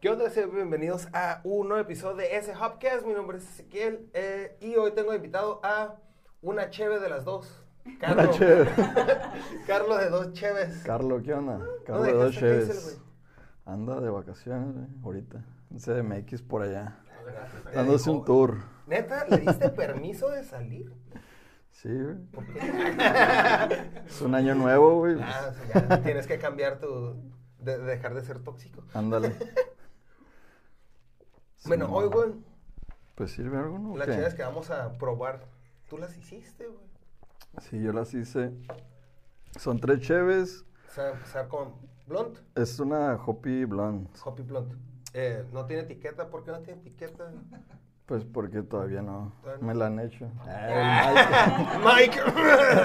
¿Qué onda? Sean bienvenidos a un nuevo episodio de ese Hopcast. Mi nombre es Ezequiel eh, y hoy tengo invitado a una cheve de las dos. Una cheve. Carlos de dos cheves. Carlos, ¿qué onda? Carlos de dejaste dos que dice el Cheves. güey. Anda de vacaciones, güey, ahorita. En CDMX por allá. Te Dándose dijo, un tour. Neta, ¿le diste permiso de salir? Sí, güey. ¿Por qué? Es un año nuevo, güey. pues, Ah, sí, ya, tienes que cambiar tu... de- de dejar de ser tóxico. Ándale. bueno, Simón. hoy, güey, Pues sirve alguno. o las qué? cheves que vamos a probar, tú las hiciste, güey. Sí, yo las hice. Son tres cheves. Vamos a empezar con Blunt, Es una Hoppy Blonde. Hoppy Blunt. Eh, no tiene etiqueta, ¿por qué no tiene etiqueta? Pues porque todavía no Todavía no. Ah. me la han hecho. Mike.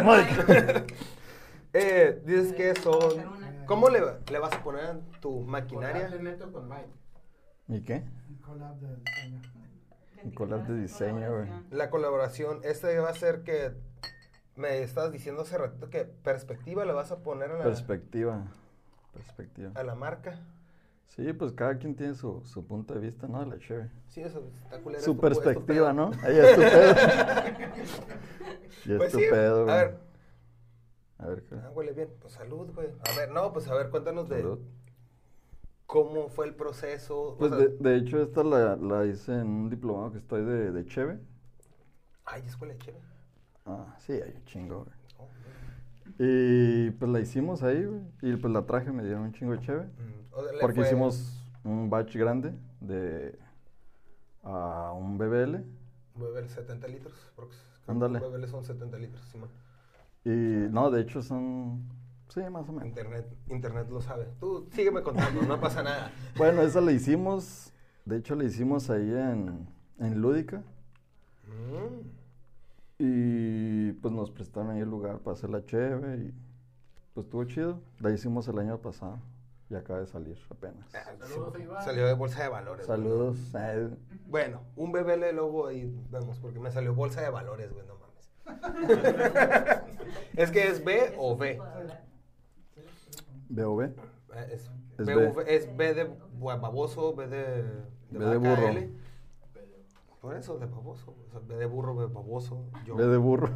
Mike. Eh, dices que Hacer una. son. ¿Cómo le, le vas a poner a tu maquinaria? Collab de Neto con Mike. ¿Y qué? Un collab de diseño. Nicolás de diseño, güey. La colaboración, este va a ser que me estás diciendo hace ratito que perspectiva le vas a poner a la, Perspectiva. Perspectiva. a la marca. Sí, pues cada quien tiene su, su punto de vista, ¿no? De la cheve. Sí, eso está culero, es Su tu- es tu perspectiva, pedo. ¿no? Ahí es tu pedo. Y es Pues tu sí, pedo, a güey. ver. A ver, ¿qué? Ah, huele bien. Pues salud, güey. A ver, no, pues a ver, cuéntanos Salud. de cómo fue el proceso. o Pues sea, de, de hecho, esta la, la hice en un diplomado que estoy de, de cheve. Ay, escuela de cheve. Ah, sí, hay un chingo, güey. Oh, Y pues la hicimos ahí, güey. Y pues la traje, me dieron un chingo de cheve. mm, o sea, le Porque fue- hicimos un batch grande de a un BBL. Bebel 70 litros. porque Ándale. Bebel son 70 litros, Simón. Y no, de hecho son... Sí, más o menos. Internet, internet lo sabe. Tú sígueme contando, no pasa nada. Bueno, esa la hicimos, de hecho la hicimos ahí en, en Lúdica Mm, y pues nos prestaron ahí el lugar para hacer la cheve y pues estuvo chido. La hicimos el año pasado y acaba de salir apenas. Ah, Saludos, Iván. Salió de bolsa de valores. güey. Saludos. eh, Bueno, un BBL luego ahí vemos, porque me salió bolsa de valores, güey, no mames. es que es B o B. BOV. Eh, Es, Es B, B. V- es B de bu- baboso, B de, de B de vaca, burro. L. Por eso, de baboso. o sea, B de burro, B de baboso. Yo. B de burro.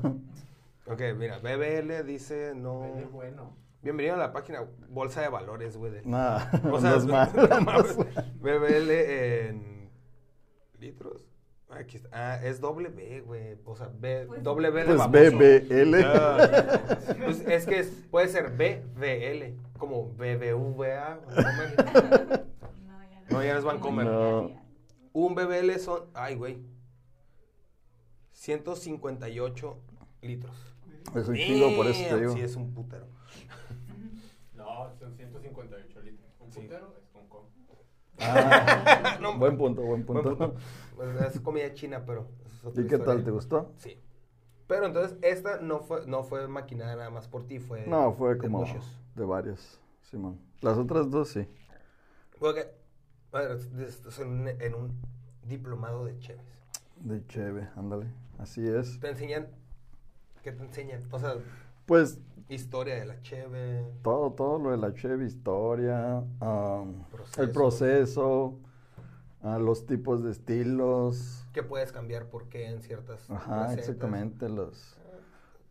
Ok, mira, BBL dice no. Vende bueno. Bienvenido a la página Bolsa de Valores, güey. del- Nada, O sea, no es mal, no no es mames, mal. BBL en litros. Aquí está. Ah, es doble B, güey. O sea, B, Pues- doble B de Pues baboso. BBL. Ah, pues es que es- puede ser BBL, como BBVA. Bancomer. No, ya no es Bancomer. No. Un BBL son, ay, güey, 158 litros. Es un chingo, por eso te Damn, digo. Sí, es un putero. No, son 158 litros. Un puntero es con con. Ah, No, buen punto, buen Buen punto. punto. Pues, es comida china, pero... esa es otra ¿Y qué historia. tal? ¿Te gustó? Sí. Pero entonces, esta no fue, no fue maquinada nada más por ti, fue... No, fue Eh, de como muchos. de varios, Simón. Las otras dos sí. Porque, a ver, estás en un, en un diplomado de cheves. De cheve, ándale. Así es. Te enseñan... ¿Qué te enseñan? O sea, Pues historia de la cheve... todo, todo lo de la cheve, historia, am, el Proceso. proceso, ah, los tipos de estilos, que puedes cambiar por qué en ciertas ajá, recetas. exactamente, los,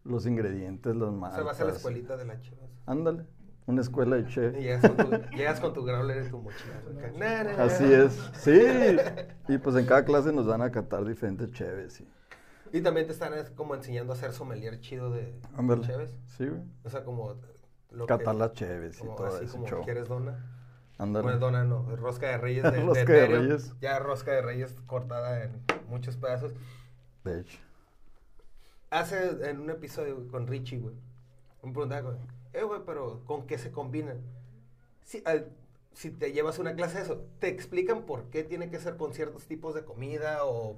los ingredientes, los O más. sea, vas Ah, a la escuelita de la chivas. Ándale, una escuela de Y cheve. llegas con tu, llegas con tu growler en tu mochila. acá. Na, na, na. Así es, sí. Y pues en cada clase nos van a catar diferentes cheves. sí. Y también te están es, como enseñando a hacer sommelier chido de, de Ándale. cheves. Sí, güey. O sea, como lo que- Catar las cheves y como todo así ese como show. quieres dona. Ándale. Bueno, dona no, es rosca de reyes de, de Rosca de Ethereum. Reyes. Ya rosca de reyes cortada en muchos pedazos. De hecho. Hace en un episodio güey, con Richie, güey. Me preguntaba, güey, eh, güey, pero ¿con qué se combina? Si, al- si te llevas una clase de eso, ¿te explican por qué tiene que ser con ciertos tipos de comida o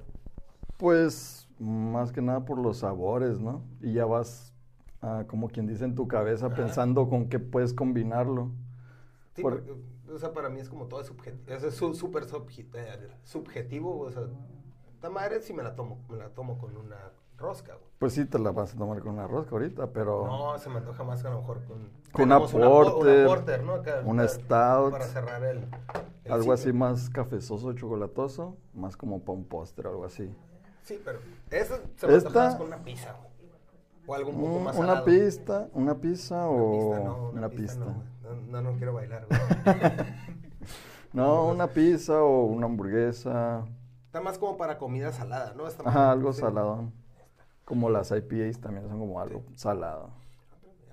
Pues más que nada por los sabores, ¿no? Y ya vas, ah, como quien dice, en tu cabeza pensando con qué puedes combinarlo. Sí, Por- porque, o sea, para mí es como todo es subjetivo. Es su- súper subje- eh, subjetivo, o sea, esta madre si me la tomo, me la tomo con una rosca, güey. Pues sí, te la vas a tomar con una rosca ahorita, pero No, se me antoja más que a lo mejor con... Con tenemos una por- porter, una porter, ¿no? Acá, una para- stout. Para cerrar el, El Algo ciclo. así más cafezoso, chocolatoso, más como para un póster, algo así. Sí, pero eso se lo Esta- tapas con una pizza, güey. O algo un poco Mm, más una salado. pista, una pizza Una o pista, no, una, pista. no, güey. No, no, no quiero bailar, güey. No, una pizza o una hamburguesa. Está más como para comida salada, ¿no? Está más- Ajá, algo sí. salado. Como las IPAs también son como algo salado.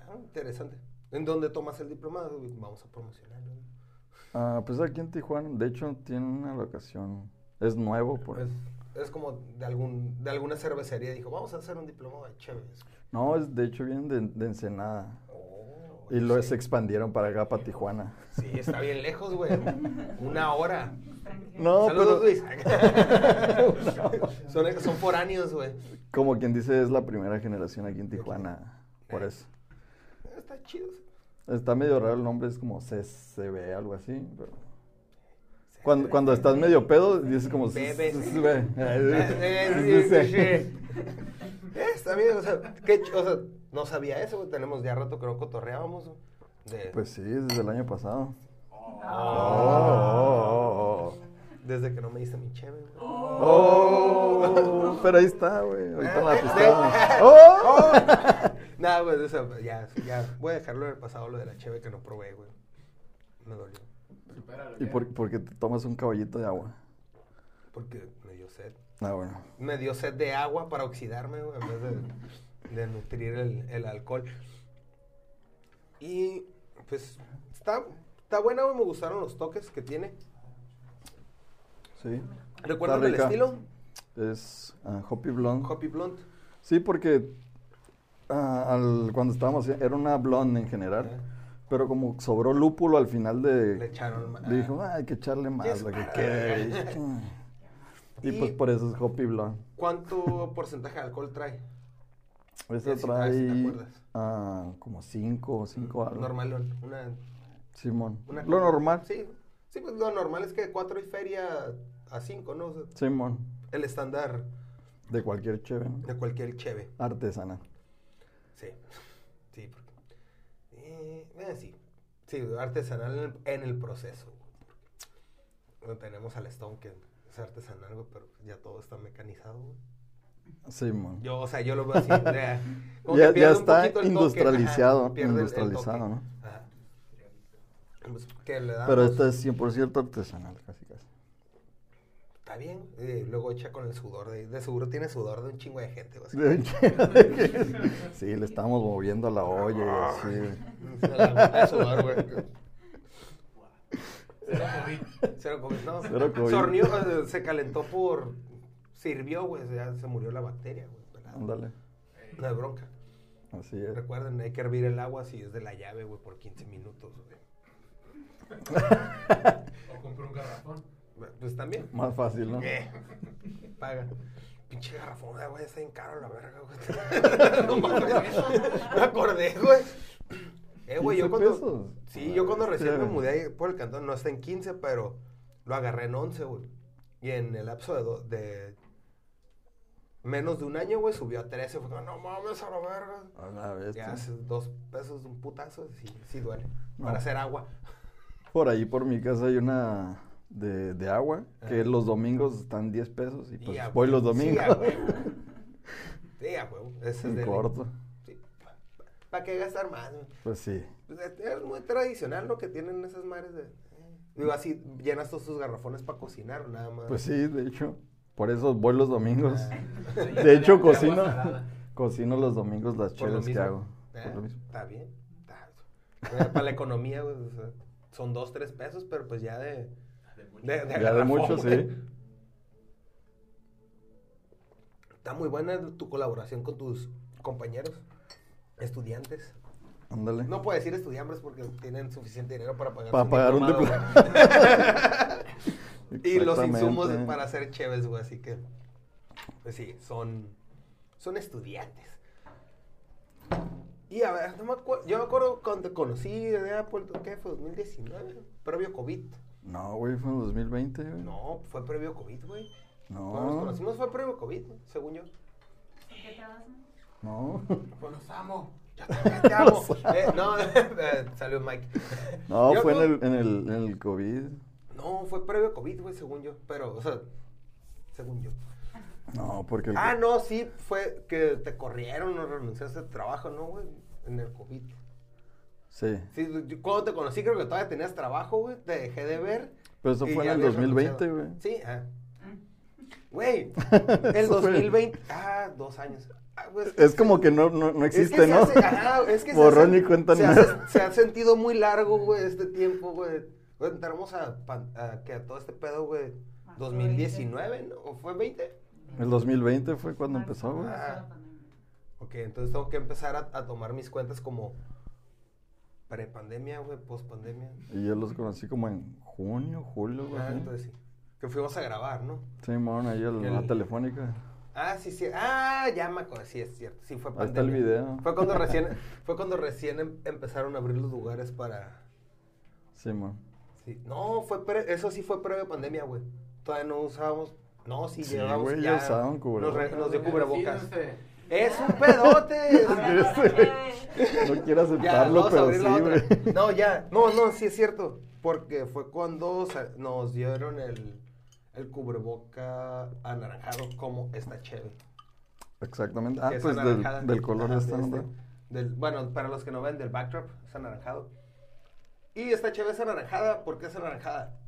Ah, interesante. ¿En dónde tomas el diplomado? güey? Vamos a promocionarlo. güey. Ah, pues aquí en Tijuana, de hecho, tiene una locación. Es nuevo, pues. Es, es como de, algún, de alguna cervecería. Dijo, vamos a hacer un diplomado de chéveres. No, es, de hecho vienen de, de Ensenada. Oh, Y los sí. expandieron para acá, para Tijuana. Sí, está bien lejos, güey. Una hora. No, Saludos, pero Luis. son, son foráneos, güey. como quien dice, es la primera generación aquí en Tijuana. Por Eh. eso. Está chido. sí. Está medio raro el nombre, es como CCB, algo así. Pero... Eh, Cuando, cuando estás medio pedo, dices como Bebe. CCB. Eh, Está bien, o sea, qué ch- o sea, no sabía eso, güey. Tenemos ya rato que no cotorreábamos. güey, de- Pues sí, desde el año pasado. Oh. Oh, oh, oh. Desde que no me diste mi cheve, güey. Oh, pero ahí está, güey. Ahorita en la Eh, pista. eh, Oh. Nada, güey, o sea, ya, ya. Voy a dejarlo en el pasado lo de la cheve que no probé, güey. Me dolió. Supéralo, ¿Y ya. por, por qué te tomas un caballito de agua? Porque me dio sed. Ah, bueno. Me dio sed de agua para oxidarme, güey, en vez de, de nutrir el, el alcohol. Y pues está, está buena, güey, me gustaron los toques que tiene. Sí. ¿Recuerdan Está el rica. estilo? Es ah, Hoppy Blonde. Hoppy Blunt. Sí, porque ah, al- cuando estábamos, era una blonde en general. Ajá. Pero como sobró lúpulo al final de. Le echaron más. Dijo, "Ah, hay que echarle más, su la que madre". quede. Y, Y- pues por eso es Hoppy Blonde. ¿Cuánto porcentaje de alcohol trae? Ya, si- ah, Este si te trae acuerdas. ah, como 5 o 5 algo. Normalón. Una, Simón. una- Lo normal. Sí, sí, pues lo normal es que de 4 y feria a 5, ¿no? O sea, Simón. el estándar De cualquier cheve. ¿no? de cualquier cheve. Artesana. Sí, sí, porque. Eh, eh, sí, sí, artesanal en el, en el proceso. güey, porque No tenemos al Stone que es artesanal, güey, pero ya todo está mecanizado. güey. Simón. Yo, o sea, yo lo veo así. o sea, como Ya- que ya pierde un está poquito el toque, industrializado- ajá, pierde el- el toque, industrializado, ¿no? ajá. Pues, que le damos- Pero esta es 100% artesanal, casi casi. Está bien. eh, luego echa con el sudor. De, de seguro tiene sudor de un chingo de gente. güey, así. sí, le estamos moviendo la olla y así. El sudor, güey. Cero COVID. Cero COVID, no. Cero COVID. Sornió, eh, se calentó por. Sirvió, güey. Ya se murió la bacteria, güey. pelada. Ándale. No hay bronca. Así es. Recuerden, hay que hervir el agua si es de la llave, güey, por 15 minutos, güey. O compré un garrafón. Bueno, Pues también. Más fácil, ¿no? Eh, paga. Pinche garrafón de agua, está bien caro la verga, güey. No mames, me acordé, güey. Eh, güey, yo 15 cuando. pesos. Ah, Sí, yo cuando recién me Bestia. mudé ahí por el cantón, no está en 15, pero lo agarré en 11, güey. Y en el lapso de, do- de menos de un año, güey, subió a 13. Fue como, no mames, a la verga. A la Ya bestia. haces dos pesos de un putazo, sí, sí duele. No. Para hacer agua. Por ahí, por mi casa, hay una de, de agua que Ajá. los domingos están 10 pesos y Ah. Y pues a voy los huevo, sí, domingos. a huevo. Sí, a huevo. Ese es En de ley. corto. Sí, ¿para qué gastar más? güey? Pues sí. Pues, es- es muy tradicional lo que tienen esas madres de... eh, Digo, así llenas todos tus garrafones para cocinar, nada más. Pues sí, de hecho. Por eso voy los domingos. Ah. De hecho, agua cocino. salada. Cocino los domingos las Por lo chelas que mismo. hago. Ah, Por lo mismo. Está bien. está- o sea, para la economía, güey, o sea, son dos, tres pesos, pero pues ya de... De mucho. de- Ya de garrafón, mucho, güey. sí. Está muy buena tu colaboración con tus compañeros, estudiantes. Ándale. No puedo decir estudiantes porque tienen suficiente dinero para pagar, Para su pagar un diplomado, güey. y los insumos Exactamente. para hacer chéves, güey. Así que, pues sí, son, son estudiantes. Y a ver, no me acuerdo, yo me acuerdo cuando te conocí de Apple, ¿qué fue? 2019, previo COVID. No, güey, fue en 2020, güey. No, fue previo COVID, güey. Cuando nos No. conocimos fue previo COVID, según yo. ¿Qué te vas? no? No. Pues los amo. Yo también te amo. Eh, no, eh, salió Mike. No, Yo fue en creo- el, en, el, en el COVID. No, no, fue previo a COVID, güey, según yo. Pero, o sea, según yo. No, porque. el- Ah, no, sí, fue que te corrieron o renunciaste al trabajo, ¿no, güey? En el COVID. Sí. Sí, yo cuando te conocí creo que todavía tenías trabajo, güey. Te dejé de ver. Pero eso y fue ya en el habías 2020, renunciado. güey. Sí, ah. Güey, el Eso fue- 2020. Ah, dos años. Ah, güey, es que Es se- como que no, no, no es que se existe, ¿no? hace- ajá, es que se Borrón hace- y cuenta se, nueva. hace- se ha sentido muy largo, güey, este tiempo, güey. Güey, Entramos a, pan- a que a todo este pedo, güey, Marzo 2019, ¿no? ¿O fue 20? El 2020 fue cuando Marzo, empezó, güey. marzo de la Ah. pandemia. Ok, entonces tengo que empezar a, a tomar mis cuentas como prepandemia, güey, pospandemia. Y yo los conocí como en junio, julio, güey. Ah, entonces sí. Que fuimos a grabar, ¿no? Simón, ahí a la El- telefónica. Ah, sí, sí. Ah, ya me acuerdo. Sí, es cierto. Sí, fue Ahí está el pandemia. video. Fue cuando recién, fue cuando recién em- empezaron a abrir los lugares para... Simón. Sí. No, fue pre- eso sí fue previo a pandemia, güey. Todavía no usábamos... No, sí, Sí, llevábamos güey, ya... ya nos, re- usaban cubrebocas. nos dio cubrebocas. Decídense. ¡Es un pedote! Ahora, Este- Ah. ¿para qué? No quiero Ya, aceptarlo, vamos a pero abrir la sí, otra. güey. No, ya. No, no, sí es cierto. Porque fue cuando o sea, nos dieron el, el cubreboca anaranjado como está chévere. Exactamente. Ah, que es pues del, anaranjada. del color Ajá, de esta, de ¿no? este. Del- bueno, para los que no ven, del backdrop es anaranjado. Y esta chévere es anaranjada. ¿Por qué es anaranjada?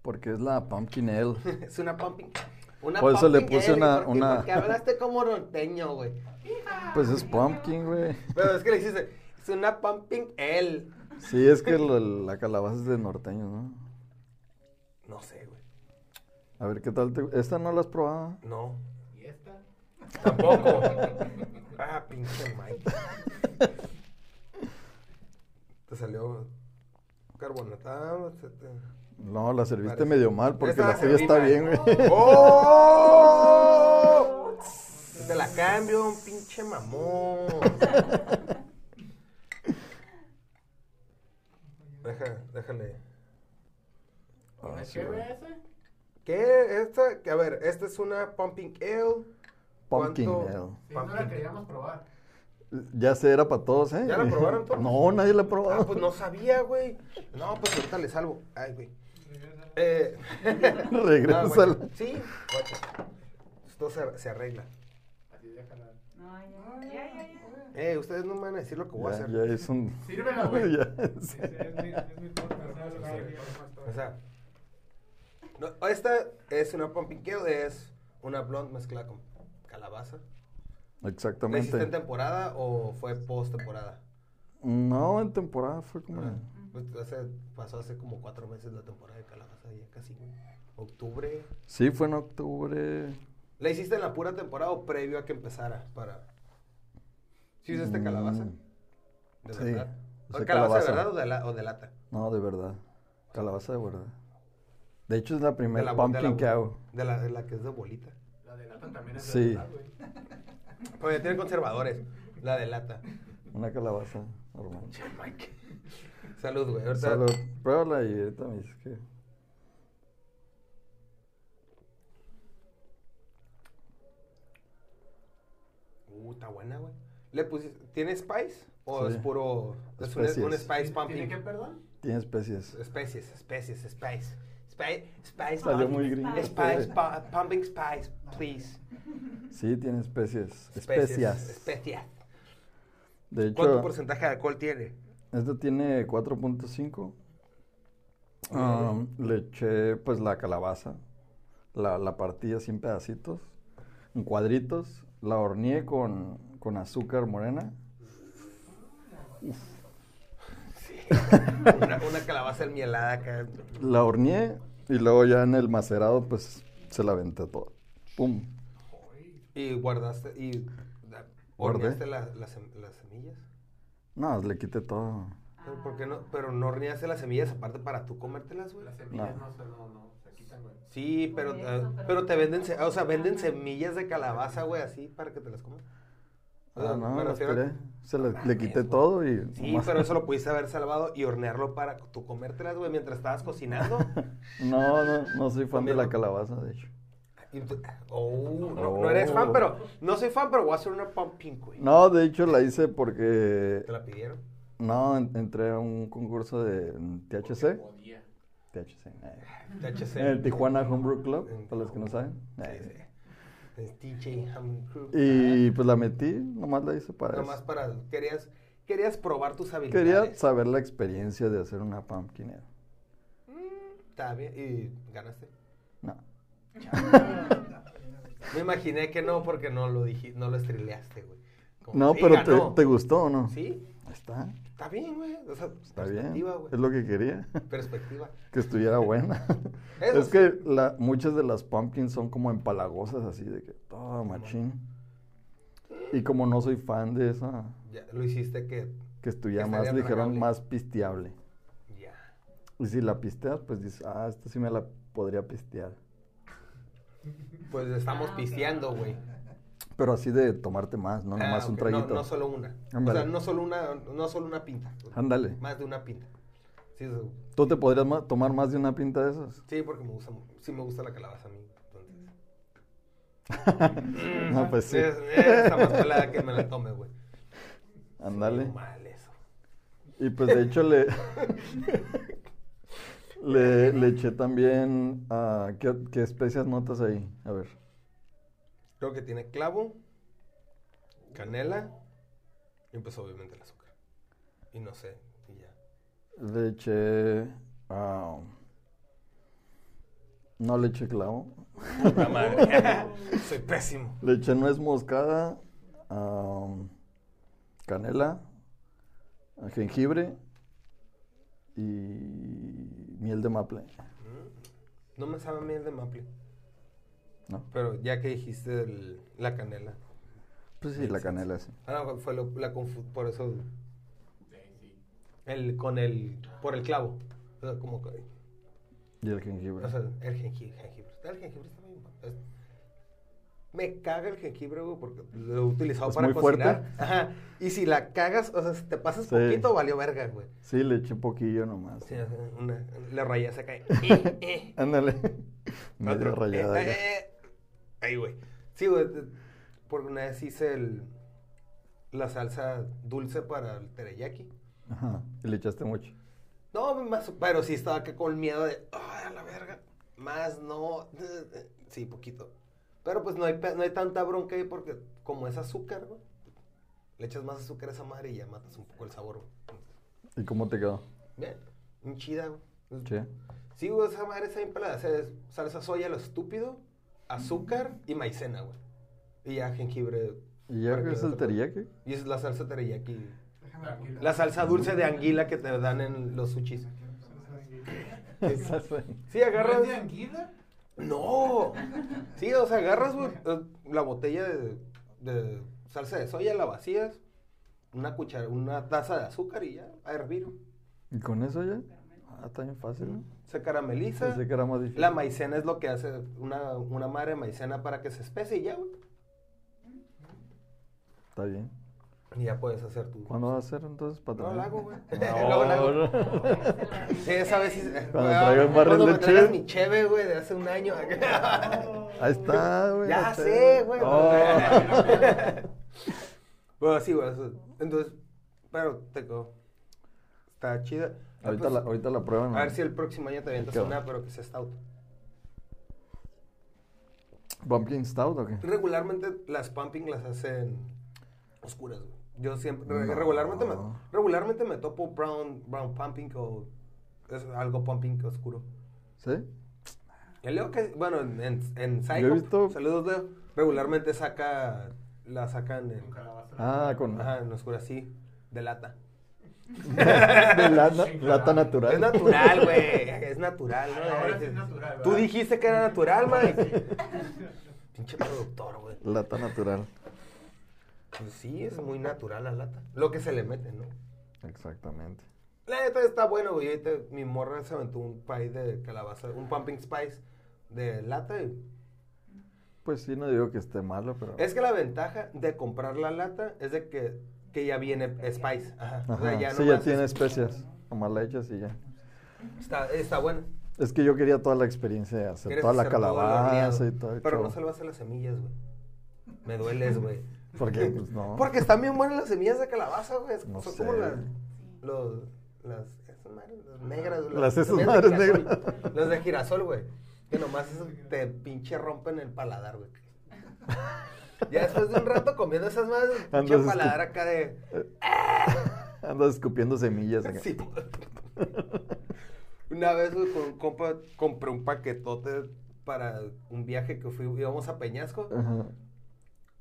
Porque es la Pumpkin Ale. es una pumping. Una Por eso le pumping puse ale, una- Porque, una- porque hablaste como norteño, güey. Pues es Pumpkin, güey. Pero es que le hiciste, es una pumping L. Sí, es que la, la calabaza es de norteño, ¿no? No sé, güey. A ver, ¿qué tal? Te... ¿Esta no la has probado? No. ¿Y esta? Tampoco. ah, pinche Mike. Te salió carbonatada. se te- No, la serviste Parece. medio mal porque Esta la la tuya serví está mal. bien, güey. ¡Oh! Te la cambio, un pinche mamón. Deja, déjale. Ah, ¿Es sí, que güey. ve ese? ¿Qué? Esta, a ver, esta es una Pumping Ale. Pumpkin ¿Cuánto? Ale. Sí, no la queríamos probar. Ya se era para todos, ¿eh? ¿Ya la probaron todos? No, nadie la ha Ah, probado. pues no sabía, güey. No, pues ahorita le salvo. Ay, güey. Eh. Regrésala. No, guacha. sí, guacha. Esto se, se arregla. Así déjala. No, ya, ya, ya, ya. Eh, ustedes no me van a decir lo que voy a Ya, hacer. ya es un. Sírvela, güey. Ya es- O sea, no, esta es una pumpkin ale, es una blonde mezclada con calabaza. ¿La hiciste en Exactamente. temporada o fue post temporada? No, en temporada fue como. Ah, en- pues, hace- pasó hace como cuatro meses la temporada de calabaza, ya casi güey. octubre. Sí, fue en octubre. ¿La hiciste en la pura temporada o previo a que empezara? Para... ¿Sí usaste Mm. calabaza? ¿De Sí, verdad? ¿O ¿Calabaza, usé calabaza. de verdad o de, la- o de lata? No, de verdad. Calabaza de verdad. De hecho, es la de primera la, pumpkin de la- que hago. De la, de la que es de bolita. La de lata también es Sí. de verdad, güey. Porque tiene conservadores. La de lata. Una calabaza normal. Che, Mike. Salud, güey. Ahorita- Solo pruébala y ahorita me dices que. Uh, está buena, güey. ¿Le pusiste... ¿Tiene spice? ¿O Sí. es puro... Es un, Especies. un spice ¿Tiene qué, pumpkin? perdón? Tiene especies. Especies, especies, spice. Spice, spice. Salió pumpkin. muy gringo. Spice, este. pu- pumping spice, please. Sí, tiene especies. Especias. Especias. Especias. De ¿Cuánto hecho, porcentaje de alcohol tiene? esta tiene 4.5. Um, le eché pues la calabaza. La, la partí así en pedacitos, en cuadritos. La horneé con, con azúcar morena. Una, una calabaza enmielada acá. La horneé y luego ya en el macerado pues se la aventé todo. ¡Pum! Y guardaste, y da- Guardé. horneaste la- las sem- las semillas. No, pues, le quité todo. Pero, ¿por qué no? Pero no horneaste las semillas aparte para tú comértelas, güey. Las semillas No. no, se, no, no, se quitan, güey. Sí, pero, Por eh, eso, pero, pero- te venden, se- o sea, venden semillas de calabaza, güey, así para que te las comas. O sea, Ah, no, me las refiero a- tiré. Se le, le quité mames, güey. todo y... Sí, nomás- pero eso lo pudiste haber salvado y hornearlo para tú comértelas, güey, mientras estabas cocinando. No, no, no soy fan de la Comiendo. calabaza, de hecho. Y tú- oh, no, no eres fan, Oh. pero no soy fan, pero voy a hacer una pumpkin, güey. No, de hecho la hice porque... ¿Te la pidieron? No, en- entré a un concurso de en Porque THC. podía. THC. eh. THC. En el Tijuana Homebrew Club, En- para los que no saben. Sí, Eh. sí. Es TJ Hammond Crew. Y pues la metí, nomás la hice para Nada eso. más para. Querías, querías probar tus habilidades. Quería saber la experiencia de hacer una pumpkin ale. Está bien, y ganaste. No. Me imaginé que no, porque no lo dije, no lo estrileaste, güey. Como, No, sí, pero te, ganó. te gustó o no? Sí, Ahí Está, está bien, güey. O sea, está bien. perspectiva, Es güey. lo que quería, Perspectiva. que estuviera buena. Eso es que la- muchas de las pumpkins son como empalagosas así, de que todo machín. Y como no soy fan de esa, Ya, lo hiciste que. que estuviera Que más estaría ligera, tragable. más pisteable. Ya. Y si la pisteas, pues dices, ah, esta sí me la podría pistear. Pues estamos Ah, ok. pisteando, güey. Pero así de tomarte más, no Ah, nomás un ok, no- traguito. No, solo una. O Ándale. sea, no solo una, no solo una pinta. Ándale. Más de una pinta. Sí, eso- ¿Tú te podrías ma- tomar más de una pinta de esas? sí, porque me gusta, sí me gusta la calabaza a mí. Entonces. no, pues sí. Es- es- está más pelada que me la tome, güey. Ándale. Estuvo mal eso. Y pues de hecho le, le, le eché también ah, ¿qué, qué especias notas ahí? A ver. Creo que tiene clavo, canela y pues obviamente el azúcar. Y no sé, y ya. Le eché. ah, no le eché clavo. Puta madre. Soy pésimo. Le eché nuez moscada, ah, canela, jengibre y miel de maple. No me sabe a mí el de maple. No. Pero ya que dijiste el- la canela. Pues sí, la canela sí. Ah, no, fue lo- la confu- por eso Sí, sí. el con el por el clavo. O sea, como que- Y el jengibre. o sea, el jengibre, jengibre. El jengibre está bien. bueno. Es- me caga el jengibre, güey, porque lo he utilizado Es para muy fuerte. cocinar. Ajá. Y si la cagas, o sea, si te pasas Sí. poquito, valió verga, güey. Sí, le eché poquillo nomás. Sí, ajá, una, la raya se cae. Ándale. Medio rayada. Eh, ya. eh, eh. Ahí, güey. Sí, güey. eh, Porque una vez hice el, la salsa dulce para el teriyaki. Ajá. Y le echaste mucho. No, más, pero sí estaba acá con miedo de, ay, a la verga, más no, eh, eh, sí, poquito. Pero pues no hay, pe- no hay tanta bronca ahí porque como es azúcar, güey, le echas más azúcar a esa madre y ya matas un poco el sabor, güey. ¿Y cómo te quedó? Bien, bien chida, güey. Sí. Sí, güey, esa madre está bien pelada, o sea, es salsa soya, lo estúpido, azúcar y maicena, güey. Y ya jengibre. ¿Y ya para que es no el te- teriyaki? Y es la salsa teriyaki. Tranquilo. La salsa dulce de anguila que te dan en los sushis. Sí, agarras. ¿No es de anguila? No. Sí, o sea, agarras güey, eh, la botella de, de salsa de soya, la vacías, una cuchara, una taza de azúcar y ya, a hervir. ¿Y con eso ya? Ah, está bien fácil, ¿no? Se carameliza. Pensé que era más difícil. La maicena es lo que hace una, una madre de maicena para que se espese y ya, güey. Está bien. Y ya puedes hacer tu. ¿Cuándo vas a hacer entonces para No traer? la hago, güey. No, Luego la hago. no. Sí, esa vez sí- Cuando Ah, traiga un barril cuando de me traigas cheve. mi cheve, güey, de hace un año. Ahí está, güey. Ya ahí está. sé, güey. Oh. bueno, sí, güey. eso- Entonces, pero te quedó. Está chida. Ah, ahorita, pues, la, ahorita la prueban. A ver si el próximo año te avientas Ahí quedó. una, pero que sea stout. ¿Pumpkin Stout o qué? Regularmente las pumping las hacen oscuras, güey. Yo siempre, re- No. regularmente, me, regularmente me topo brown, brown pumping o es algo pumping oscuro. ¿Sí? El Leo que, bueno, en, en, en Yo he Psycho, visto- saludos Leo, regularmente saca, la sacan Con en, calabaza. Ah, con ajá, en oscura así, de lata. de lana- lata natural. Es natural, güey, es natural, ¿no? Ahora sí Es- es natural, Tú ¿verdad? dijiste que era natural, güey. Pinche productor, güey. Lata natural. Pues sí, es muy natural la lata. Lo que se le mete, ¿no? Exactamente. La neta está bueno, güey. Ahorita mi morra se aventó un pie de calabaza, un pumping spice de lata. y- Pues sí, no digo que esté malo, pero. Es que la ventaja de comprar la lata es de que, que ya viene spice. Ajá. O sea, Ajá, ya sí, ya nomás tiene es- especias. Nomás la echas y ya. Está, está bueno. Es que yo quería toda la experiencia de hacer Quieres toda la hacer todo lo calabaza horneado, y todo. el Pero no show. se lo vas a las semillas, güey. Me dueles, güey. Porque, pues no. Porque están bien buenas las semillas de calabaza, güey. es- No Son sé. como las... Los, las... es- madres, las negras. güey, Las esas de madres girasol, negras. Las de girasol, güey. Que nomás eso te pinche rompen el paladar, güey. Ya después de un rato comiendo esas madres, pinche Andas escu- paladar acá de... Andas escupiendo semillas. acá. Sí. Una vez güey, con un compa compré un paquetote para un viaje que fui, íbamos a Peñasco. Ajá.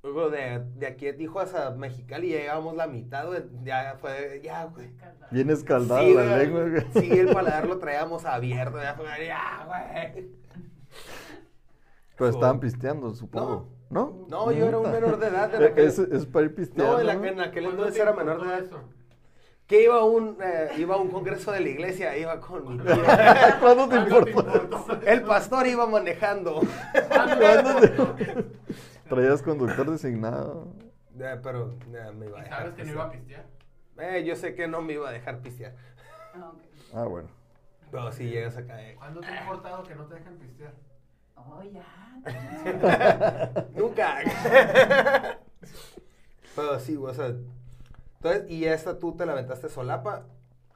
Luego de, de aquí de Tijuas a Mexicali ya llegábamos la mitad, güey. Ya fue, ya, güey. Bien escaldada Sí, la güey, lengua. güey. Sí, el paladar lo traíamos abierto, ya fue, ya, güey. Pero estaban pisteando, supongo. ¿No? No, yo era un Neta. menor de edad en aquel- Es, es para ir pisteando. No, en, la- ¿no? en aquel ¿Cuándo entonces te era menor de edad. importó eso? Que iba a un, eh, iba a un congreso de la iglesia, iba con mi tío. ¿Cuándo te ¿Cuándo te importó? importó? El pastor iba manejando. ¿Cuándo te- Traías conductor designado. Eh, pero eh, me iba a ¿Y dejar. sabes que no iba a pistear? pistear. Eh, yo sé que no me iba a dejar pistear. Ah, bueno. Pero si llegas acá. eh, ¿Cuándo te ha importado que no te dejan pistear? Oh, ya. Nunca. Pero sí, güey, o sea. Entonces, y esta tú te la aventaste solapa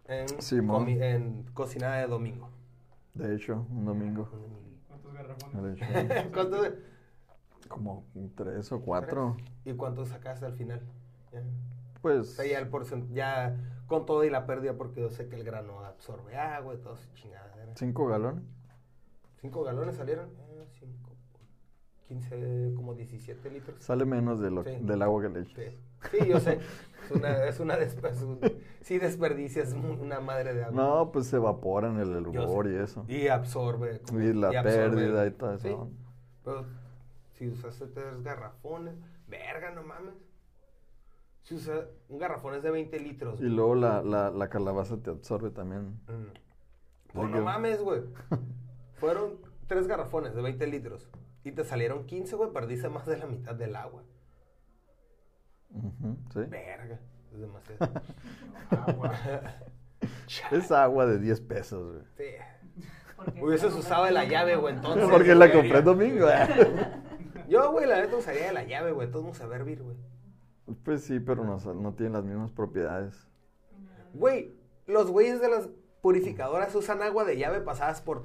en, Simón. comi- en cocinada de domingo. De hecho, un domingo. ¿Cuántos De garrafones? hecho, ¿Cuántos- como tres o cuatro. ¿Y cuánto sacaste al final? Ya. O Pues. sea, ya el porcent- ya con todo y la pérdida, porque yo sé que el grano absorbe agua y todo, chingada. Cinco galones. ¿Cinco galones salieron? Eh, cinco, por 15, como 17 litros. Sale menos de lo, Sí. del agua que le echas. Sí, sí, yo sé. Es una, es una despe- es un- sí desperdicias mu- una madre de agua. No, pues se evapora en el Yo hervor sé. y eso. Y absorbe. como- Y la absorbe. pérdida y todo eso. Sí, pero si usaste tres garrafones, verga, no mames. Si usas un garrafón es de 20 litros. Y luego la, la, la calabaza te absorbe también. güey. Mm. Pues Así no que- mames, güey. Fueron tres garrafones de 20 litros. Y te salieron 15, güey. Perdiste más de la mitad del agua. Ujú, sí. Verga. Es demasiado. Agua. Chale. Es agua de 10 pesos, güey. Sí. Porque Hubieses no, usado de la llave, güey, entonces. Porque güey, la compré ya. el domingo. eh. Yo, güey, la neta usaría de la llave, güey. Todos vamos a ver vir, güey. Pues sí, pero no, sa- no tiene las mismas propiedades. Güey, los güeyes de las purificadoras usan agua de llave pasadas por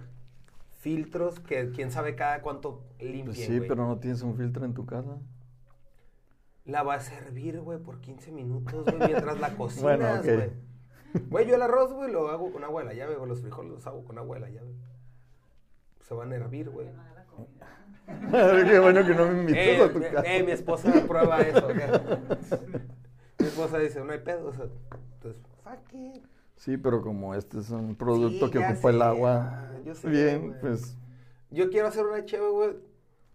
filtros que quién sabe cada cuánto limpien, Pues sí, güey. pero no tienes un filtro en tu casa. La va a servir, güey, por 15 minutos, güey, mientras la cocinas, Bueno, ok. güey. Güey, yo el arroz, güey, lo hago con agua de la llave, güey. Los frijoles los hago con agua de la llave. Se van a hervir, güey. porque no da la comida. Qué bueno que no me Eh, invitas a tu eh, casa. eh, mi esposa prueba eso. güey. mi esposa dice, no hay pedo. O sea, entonces, fuck it. Sí, pero como este es un producto Sí, que ya ocupa el sé, agua ah, yo sé, bien, güey. pues Yo quiero hacer una cheve, güey,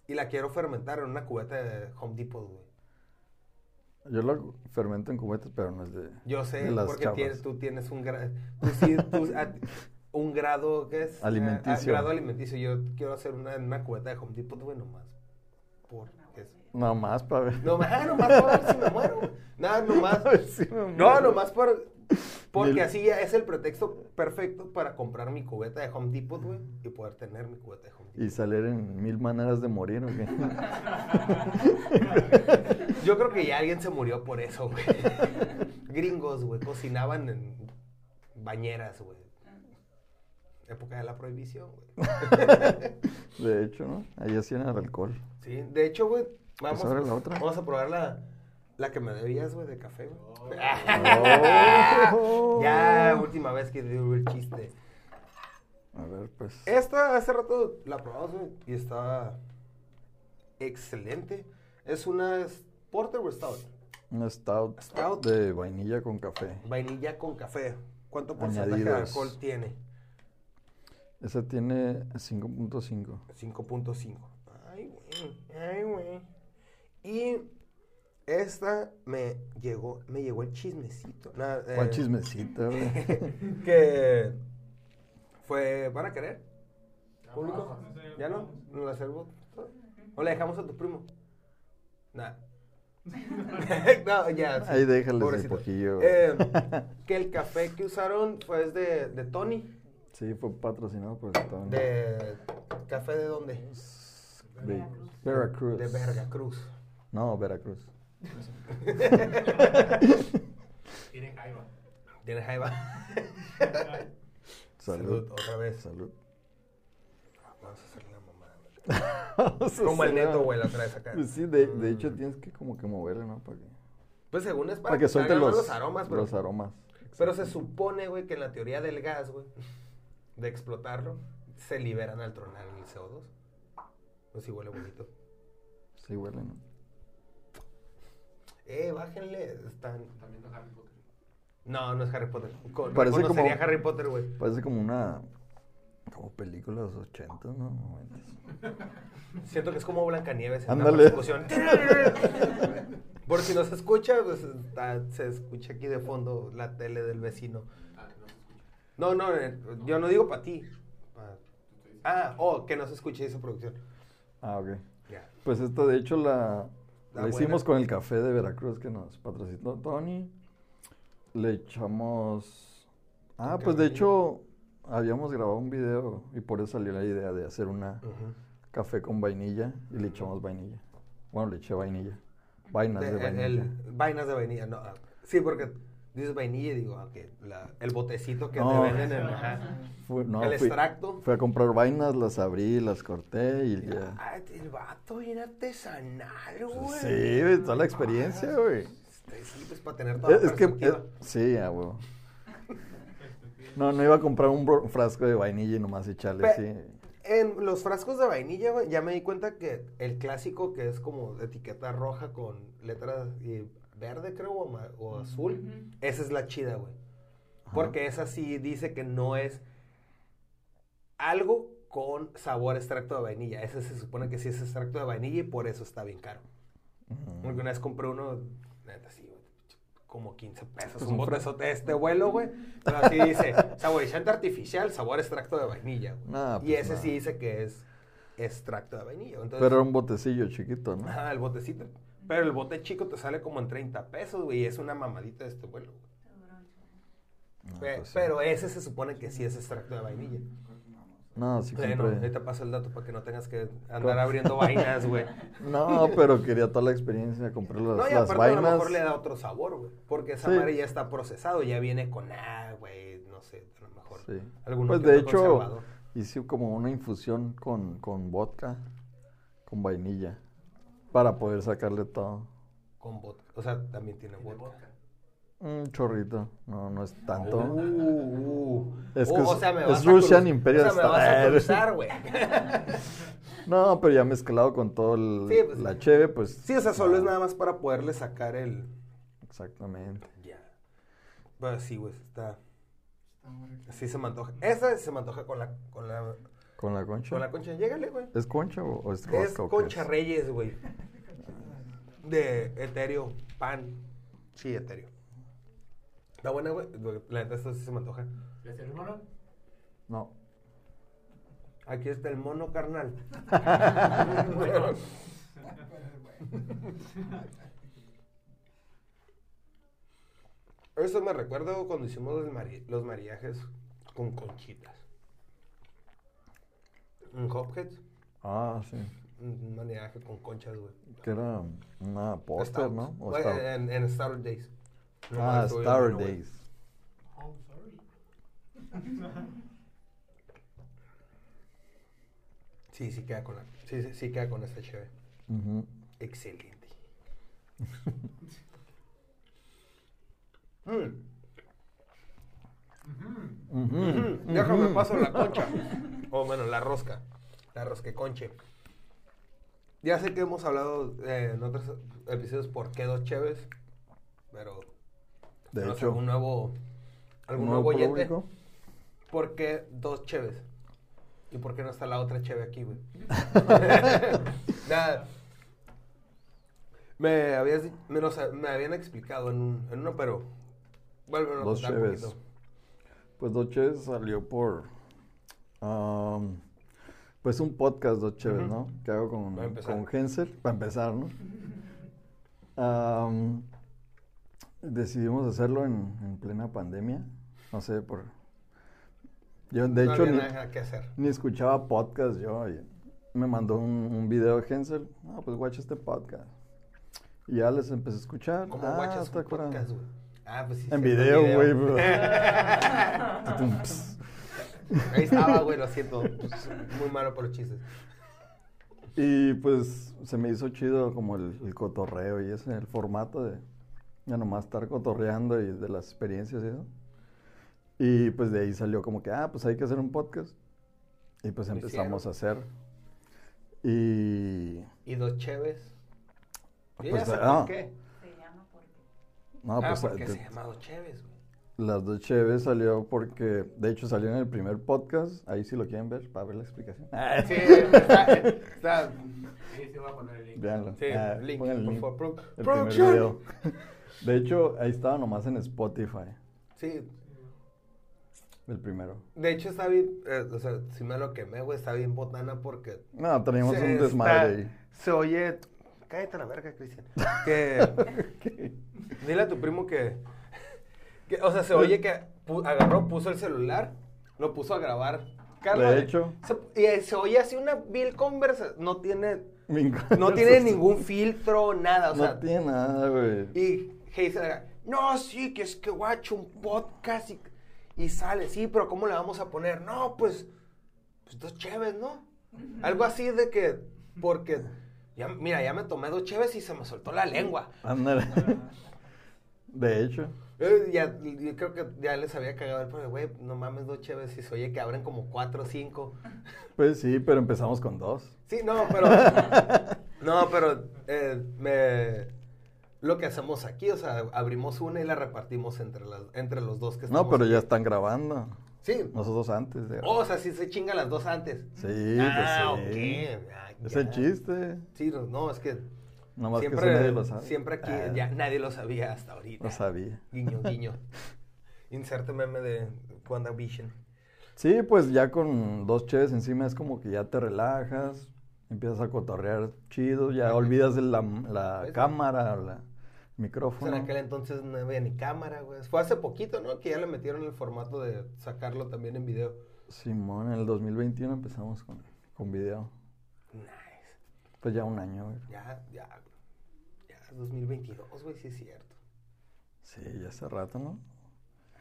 y la quiero fermentar en una cubeta de Home Depot, güey. yo lo fermento en cubetas, pero no es de... Yo sé, De las porque chavas. tienes, tú tienes un grado, tú sí, tú- a- un grado, ¿qué es? Ah, Alimenticio. grado alimenticio. Yo quiero hacer una en una cubeta de Home Depot, güey, nomás. Por eso. Nada más para ver. Nomás, ah, nomás por ver si me muero, güey. Nada, nomás. A ver si me No, muero. nomás por, porque Del- así ya es el pretexto perfecto para comprar mi cubeta de Home Depot, güey, y poder tener mi cubeta de Home Depot. Y salir en mil maneras de morir, ¿o qué? Yo creo que ya alguien se murió por eso, güey. Gringos, güey, cocinaban en bañeras, güey. Época de la prohibición, güey. De hecho, ¿no? Ahí hacían el alcohol. Sí, de hecho, güey, vamos, Pues ahora la otra. vamos a probar la, la que me debías, güey, de café, güey. Oh. Ya, última vez que digo el chiste. A ver, pues... Esta hace rato la probamos, güey, y estaba excelente. Es una es Porter o Stout. Un stout, Stout. de vainilla con café. Vainilla con café. ¿Cuánto porcentaje de Añadidos. alcohol tiene? Esa tiene 5.5. 5.5. Ay, güey. Ay, güey. Y esta me llegó, me llegó el chismecito. Nada, eh, ¿Cuál chismecito, güey? que fue, ¿van a querer? ¿Público? No sé, ¿Ya no? ¿No la servo? ¿O la dejamos a tu primo? Nada. no, ya. sí. Ahí déjales el Pobrecito. poquillo. güey. Eh, que el café que usaron fue de, de Tony. Sí, fue patrocinado por el Tony. ¿De café de dónde? De Veracruz. De Veracruz. No, Veracruz. Tienen jaiba. Tiene jaiba. Salud. Otra vez. Salud. Vamos a hacerle la mamada. güey. Vamos a Como el hacer neto, una- güey, la otra vez acá. Pues sí, de, de hecho Mm. tienes que como que moverle, ¿no? Para que, Pues según es para, para que salgan suelten más los, aromas, pero, los aromas. pero se supone, güey, que en la teoría del gas, güey, de explotarlo, se liberan al tronar el CO2. Pues sí huele bonito. Sí, huele, ¿no? Eh, bájenle, están... También no Harry Potter. No, no es Harry Potter. Con, Parece no sería como- Harry Potter, güey. Parece como una... Como película de los 80, ¿no? 90. Siento que es como Blancanieves en Ándale. la persecución. Por si no se escucha, pues está- se escucha aquí de fondo la tele del vecino. Ah, que no se escucha. No, no, eh, yo no digo para ti. Pa- Tú te dices. Ah, oh, que no se escuche esa producción. Ah, ok. Ya. Pues esta, de hecho, La la, la, buena. hicimos con el café de Veracruz que nos patrocinó Tony. Le echamos... Ah, Con pues de canelilla. hecho, habíamos grabado un video y por eso salió la idea de hacer una café con vainilla y le echamos vainilla. Bueno, le eché vainilla. Vainas de, De- el- vainilla. el- vainas de vainilla, no. ah, Sí, porque dices vainilla y digo, ah, que la- el botecito que te No. venden en. ajá. Fue- no, el fui- extracto. Fui a comprar vainas, las abrí, las corté y ya. Ah, el vato bien artesanal, Pues güey. sí, güey, toda la experiencia, Ah, güey. este, Sí, pues para tener toda Es, la es que... perspectiva. eh, sí, a huevo. No, no iba a comprar un bro- frasco de vainilla y nomás echarle Pe- así. En los frascos de vainilla, güey, ya me di cuenta que el clásico que es como etiqueta roja con letras eh, verde, creo, o, ama- o azul, Ujú. esa es la chida, güey. Ajá. Porque esa sí dice que no es algo con sabor a extracto de vainilla. Ese se supone que sí es extracto de vainilla y por eso está bien caro. Ujú. Porque una vez compré uno, neta, sí, güey, como 15 pesos. Pues un un fra- botezote de este vuelo, güey. Pero así dice, saborizante artificial, sabor a extracto de vainilla, güey. Nah, y pues ese nah. sí dice que es extracto de vainilla. Entonces, Pero era un botecillo chiquito, ¿no? ajá, el botecito. Pero el bote chico te sale como en 30 pesos, güey. Y es una mamadita de este vuelo, güey. No, Pe- pues sí. Pero ese se supone que sí es extracto de vainilla. No, sí Bueno, compré. ahorita paso el dato para que no tengas que andar Com- abriendo vainas, güey. No, pero quería toda la experiencia, compré las, No, y las aparte a lo vainas. mejor le da otro sabor, güey. Porque esa Sí. madre ya está procesado, ya viene con ah, güey, no sé, a lo mejor. Sí. Alguno Pues que de otro hecho, conservador. hice como una infusión con, con vodka, con vainilla, para poder sacarle todo. Con vodka. O sea, también tiene Tiene vodka. vodka. Un chorrito, no, Ah, no es tanto. Uh, uh. Es Uh, que o es- sea, me es vas a Russian cruz- Imperial O sea, me vas a Style. cruzar, güey. No, pero ya mezclado con todo el, Sí, pues, la cheve, pues. sí, o sea, solo es ya, nada más para poderle sacar el. Exactamente. Ya. Pero sí, güey, está. Sí se me antoja. Esa se me antoja con la, con la, Con la concha. con la concha. Llégale, güey. ¿Es concha o, o es rosca? Es o qué Concha es? Reyes, güey. De Etéreo, pan. Sí, Etéreo. Está buena, güey. La neta, esta sí se me antoja. ¿Le hacías el mono? No. Aquí está el mono carnal. Eso me recuerdo cuando hicimos los, mari- los mariajes con conchitas. Un hophead, Ah, sí. un mariaje con conchas, güey. Que era una póster, Stouts. ¿no? O Güey, stout. en, en Star Days. No ah, mames, estuvo bien Star bueno, güey. Days. Oh, sorry. Sí, sí queda con la, sí, sí, sí queda con esta chévere. Ujú. Excelente. Mm, Ujú, mm, Déjame ujú. paso la concha. O Oh, bueno, la rosca. La rosqueconche. Ya sé que hemos hablado eh, en otros episodios por qué dos chéves. Pero. De no sé, hecho, algún nuevo. Algún un nuevo, nuevo oyente. público. ¿Por qué dos cheves? ¿Y por qué no está la otra cheve aquí, güey? Nada. Me, habías, di- me, los ha- me habían explicado en, un, en uno, pero... Vuelven a Dos contar cheves. poquito. Pues Dos Cheves salió por. am, pues un podcast, Dos Cheves, Ujú. ¿no? Que hago con, Para empezar. con Hensel, para empezar, ¿no? Am, decidimos hacerlo en, en plena pandemia. No sé, por. Yo, de no hecho, había ni, nada que hacer. ni escuchaba podcast yo. y me mandó un, un video Hensel. Ah, pues watch este podcast. Y ya les empecé a escuchar. ¿Cómo ah, guachas está un curado. podcast, güey? Ah, pues sí. En cierto, video, güey, bro. video. Tutum, ps. Ahí estaba, güey, lo siento. Pues, Muy malo por los chistes. Y pues se me hizo chido como el, el cotorreo y ese, el formato de ya nomás estar cotorreando y de las experiencias y eso. Y pues de ahí salió como que, ah, pues hay que hacer un podcast. Y pues Lo empezamos a hacer. Y... Y dos cheves. Yo ya Pues, sé ah. por qué. Se llama porque. No, ah, pues porque te- se llama dos cheves, güey. Las dos Cheves salió porque, de hecho, salió en el primer podcast. Ahí si lo quieren ver, para ver la explicación. Sí, está, está- Sí, sí, voy a poner el link. Veanlo. sí, link, Ah, pongan el por link. favor, pro- El primer producción. video. De hecho, ahí estaba nomás en Spotify, Sí, el primero. de hecho está bien, eh, o sea, si me lo quemé, güey, está bien botana porque No, teníamos Se un está- desmadre ahí. Se oye. Cállate a la verga, Cristian. Que. Dile a tu primo que, que- O sea, se oye que pu- agarró, puso el celular, lo puso a grabar. De hecho. Se, y, eh, se oye así una vil conversa. No tiene. No Ningún- tiene ningún filtro, nada. O sea, No tiene nada, güey. y Hazel era, no, sí, que es que guacho, un podcast y, y sale, sí, pero ¿cómo le vamos a poner? No, pues, pues dos cheves, ¿no? Algo así de que, porque, ya, mira, ya me tomé dos cheves y se me soltó la lengua. Ándale. De hecho, Eh, ya, yo creo que ya les había cagado el pero güey, no mames dos cheves y se oye que abren como cuatro o cinco. pues sí, pero empezamos con dos. Sí, no, pero. no, pero. eh, me- lo que hacemos aquí, o sea, abrimos una y la repartimos entre, las, entre los dos que No, estamos. pero ya aquí. están grabando. Sí. Nosotros antes. de- Oh, o sea, sí se chinga las dos antes. Sí, ah, pues sí. ok. Ah, Es ya. el chiste. Sí, no, no, es que. Nomás que eso siempre, nadie lo sabe. siempre aquí, Ah, ya nadie lo sabía hasta ahorita. Lo sabía. Guiño, guiño. Inserte meme de WandaVision. Sí, pues ya con dos cheves encima es como que ya te relajas, empiezas a cotorrear chido, ya olvidas el- la, la Pues sí. cámara, la- el O sea, Pues en micrófono. aquel entonces no había ni cámara, güey. Fue hace poquito, ¿no? Que ya le metieron el formato de sacarlo también en video. Simón, en el 2021 empezamos con, con video. Nice. Pues ya un año, güey. Ya, ya. güey. Ya es 2022, güey, sí es cierto. Sí, ya hace rato, ¿no?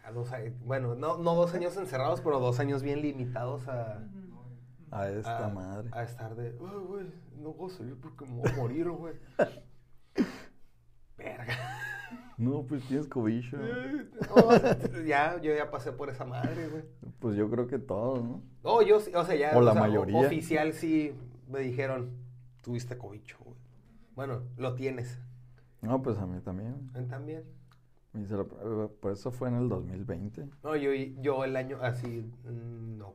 A dos a- bueno, no, no dos años encerrados, pero dos años bien limitados a... A esta a- madre. A estar de, "Ay, güey, no voy a salir porque me voy a morir, güey. Verga. No, pues tienes cobicho. No, o sea, ya, yo ya pasé por esa madre, güey. Pues yo creo que todos, ¿no? No, yo, sí, o sea, ya. O la sea, mayoría. Oficial sí me dijeron, tuviste cobicho, güey. Bueno, lo tienes. No, pues a mí también. ¿Eh, También. Me hice la prueba, eh, Por eso fue en el 2020. No, yo, yo el año así, mm, no.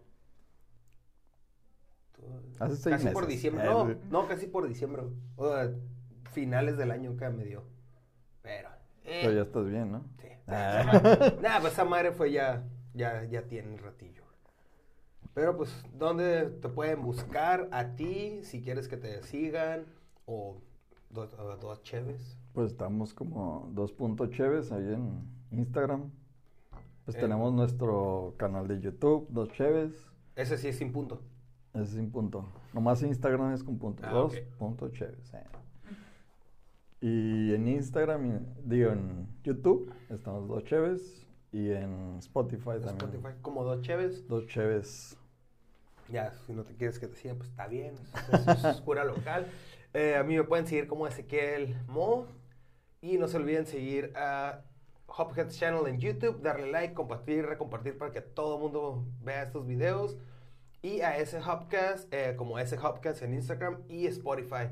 Hace seis casi por meses. diciembre, Eh, no, güey. no, casi por diciembre. güey. O sea, finales del año que me dio. Pero. eh, Pero ya estás bien, ¿no? Sí. Ah. Nada, pues esa madre fue ya, ya, ya tiene un ratillo. Pero pues, ¿dónde te pueden buscar a ti si quieres que te sigan? O dos, o dos cheves. Pues estamos como 2.cheves ahí en Instagram. Pues Eh. tenemos nuestro canal de YouTube, Dos Cheves. Ese sí es sin punto. Ese es sin punto. Nomás Instagram es con punto. Ah, dos ok. punto cheves, eh. Y en Instagram, y- digo, en YouTube estamos Dos Cheves. Y en Spotify en también. Spotify, como dos cheves. Dos Cheves. Ya, si no te quieres que te sigan, pues está bien. Es, es- es cura local. Eh, a mí me pueden seguir como Ezequiel Mo. Y no se olviden seguir a Hopheads Channel en YouTube, darle like, compartir, recompartir para que todo el mundo vea estos videos. Y a ese Hopcast, eh, como ese Hopcast en Instagram y Spotify.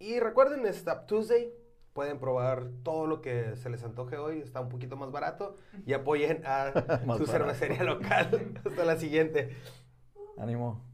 Y recuerden, es Tap Tuesday. Pueden probar todo lo que se les antoje hoy. Está un poquito más barato. Y apoyen a Más su barato. cervecería local. Hasta la siguiente. Ánimo.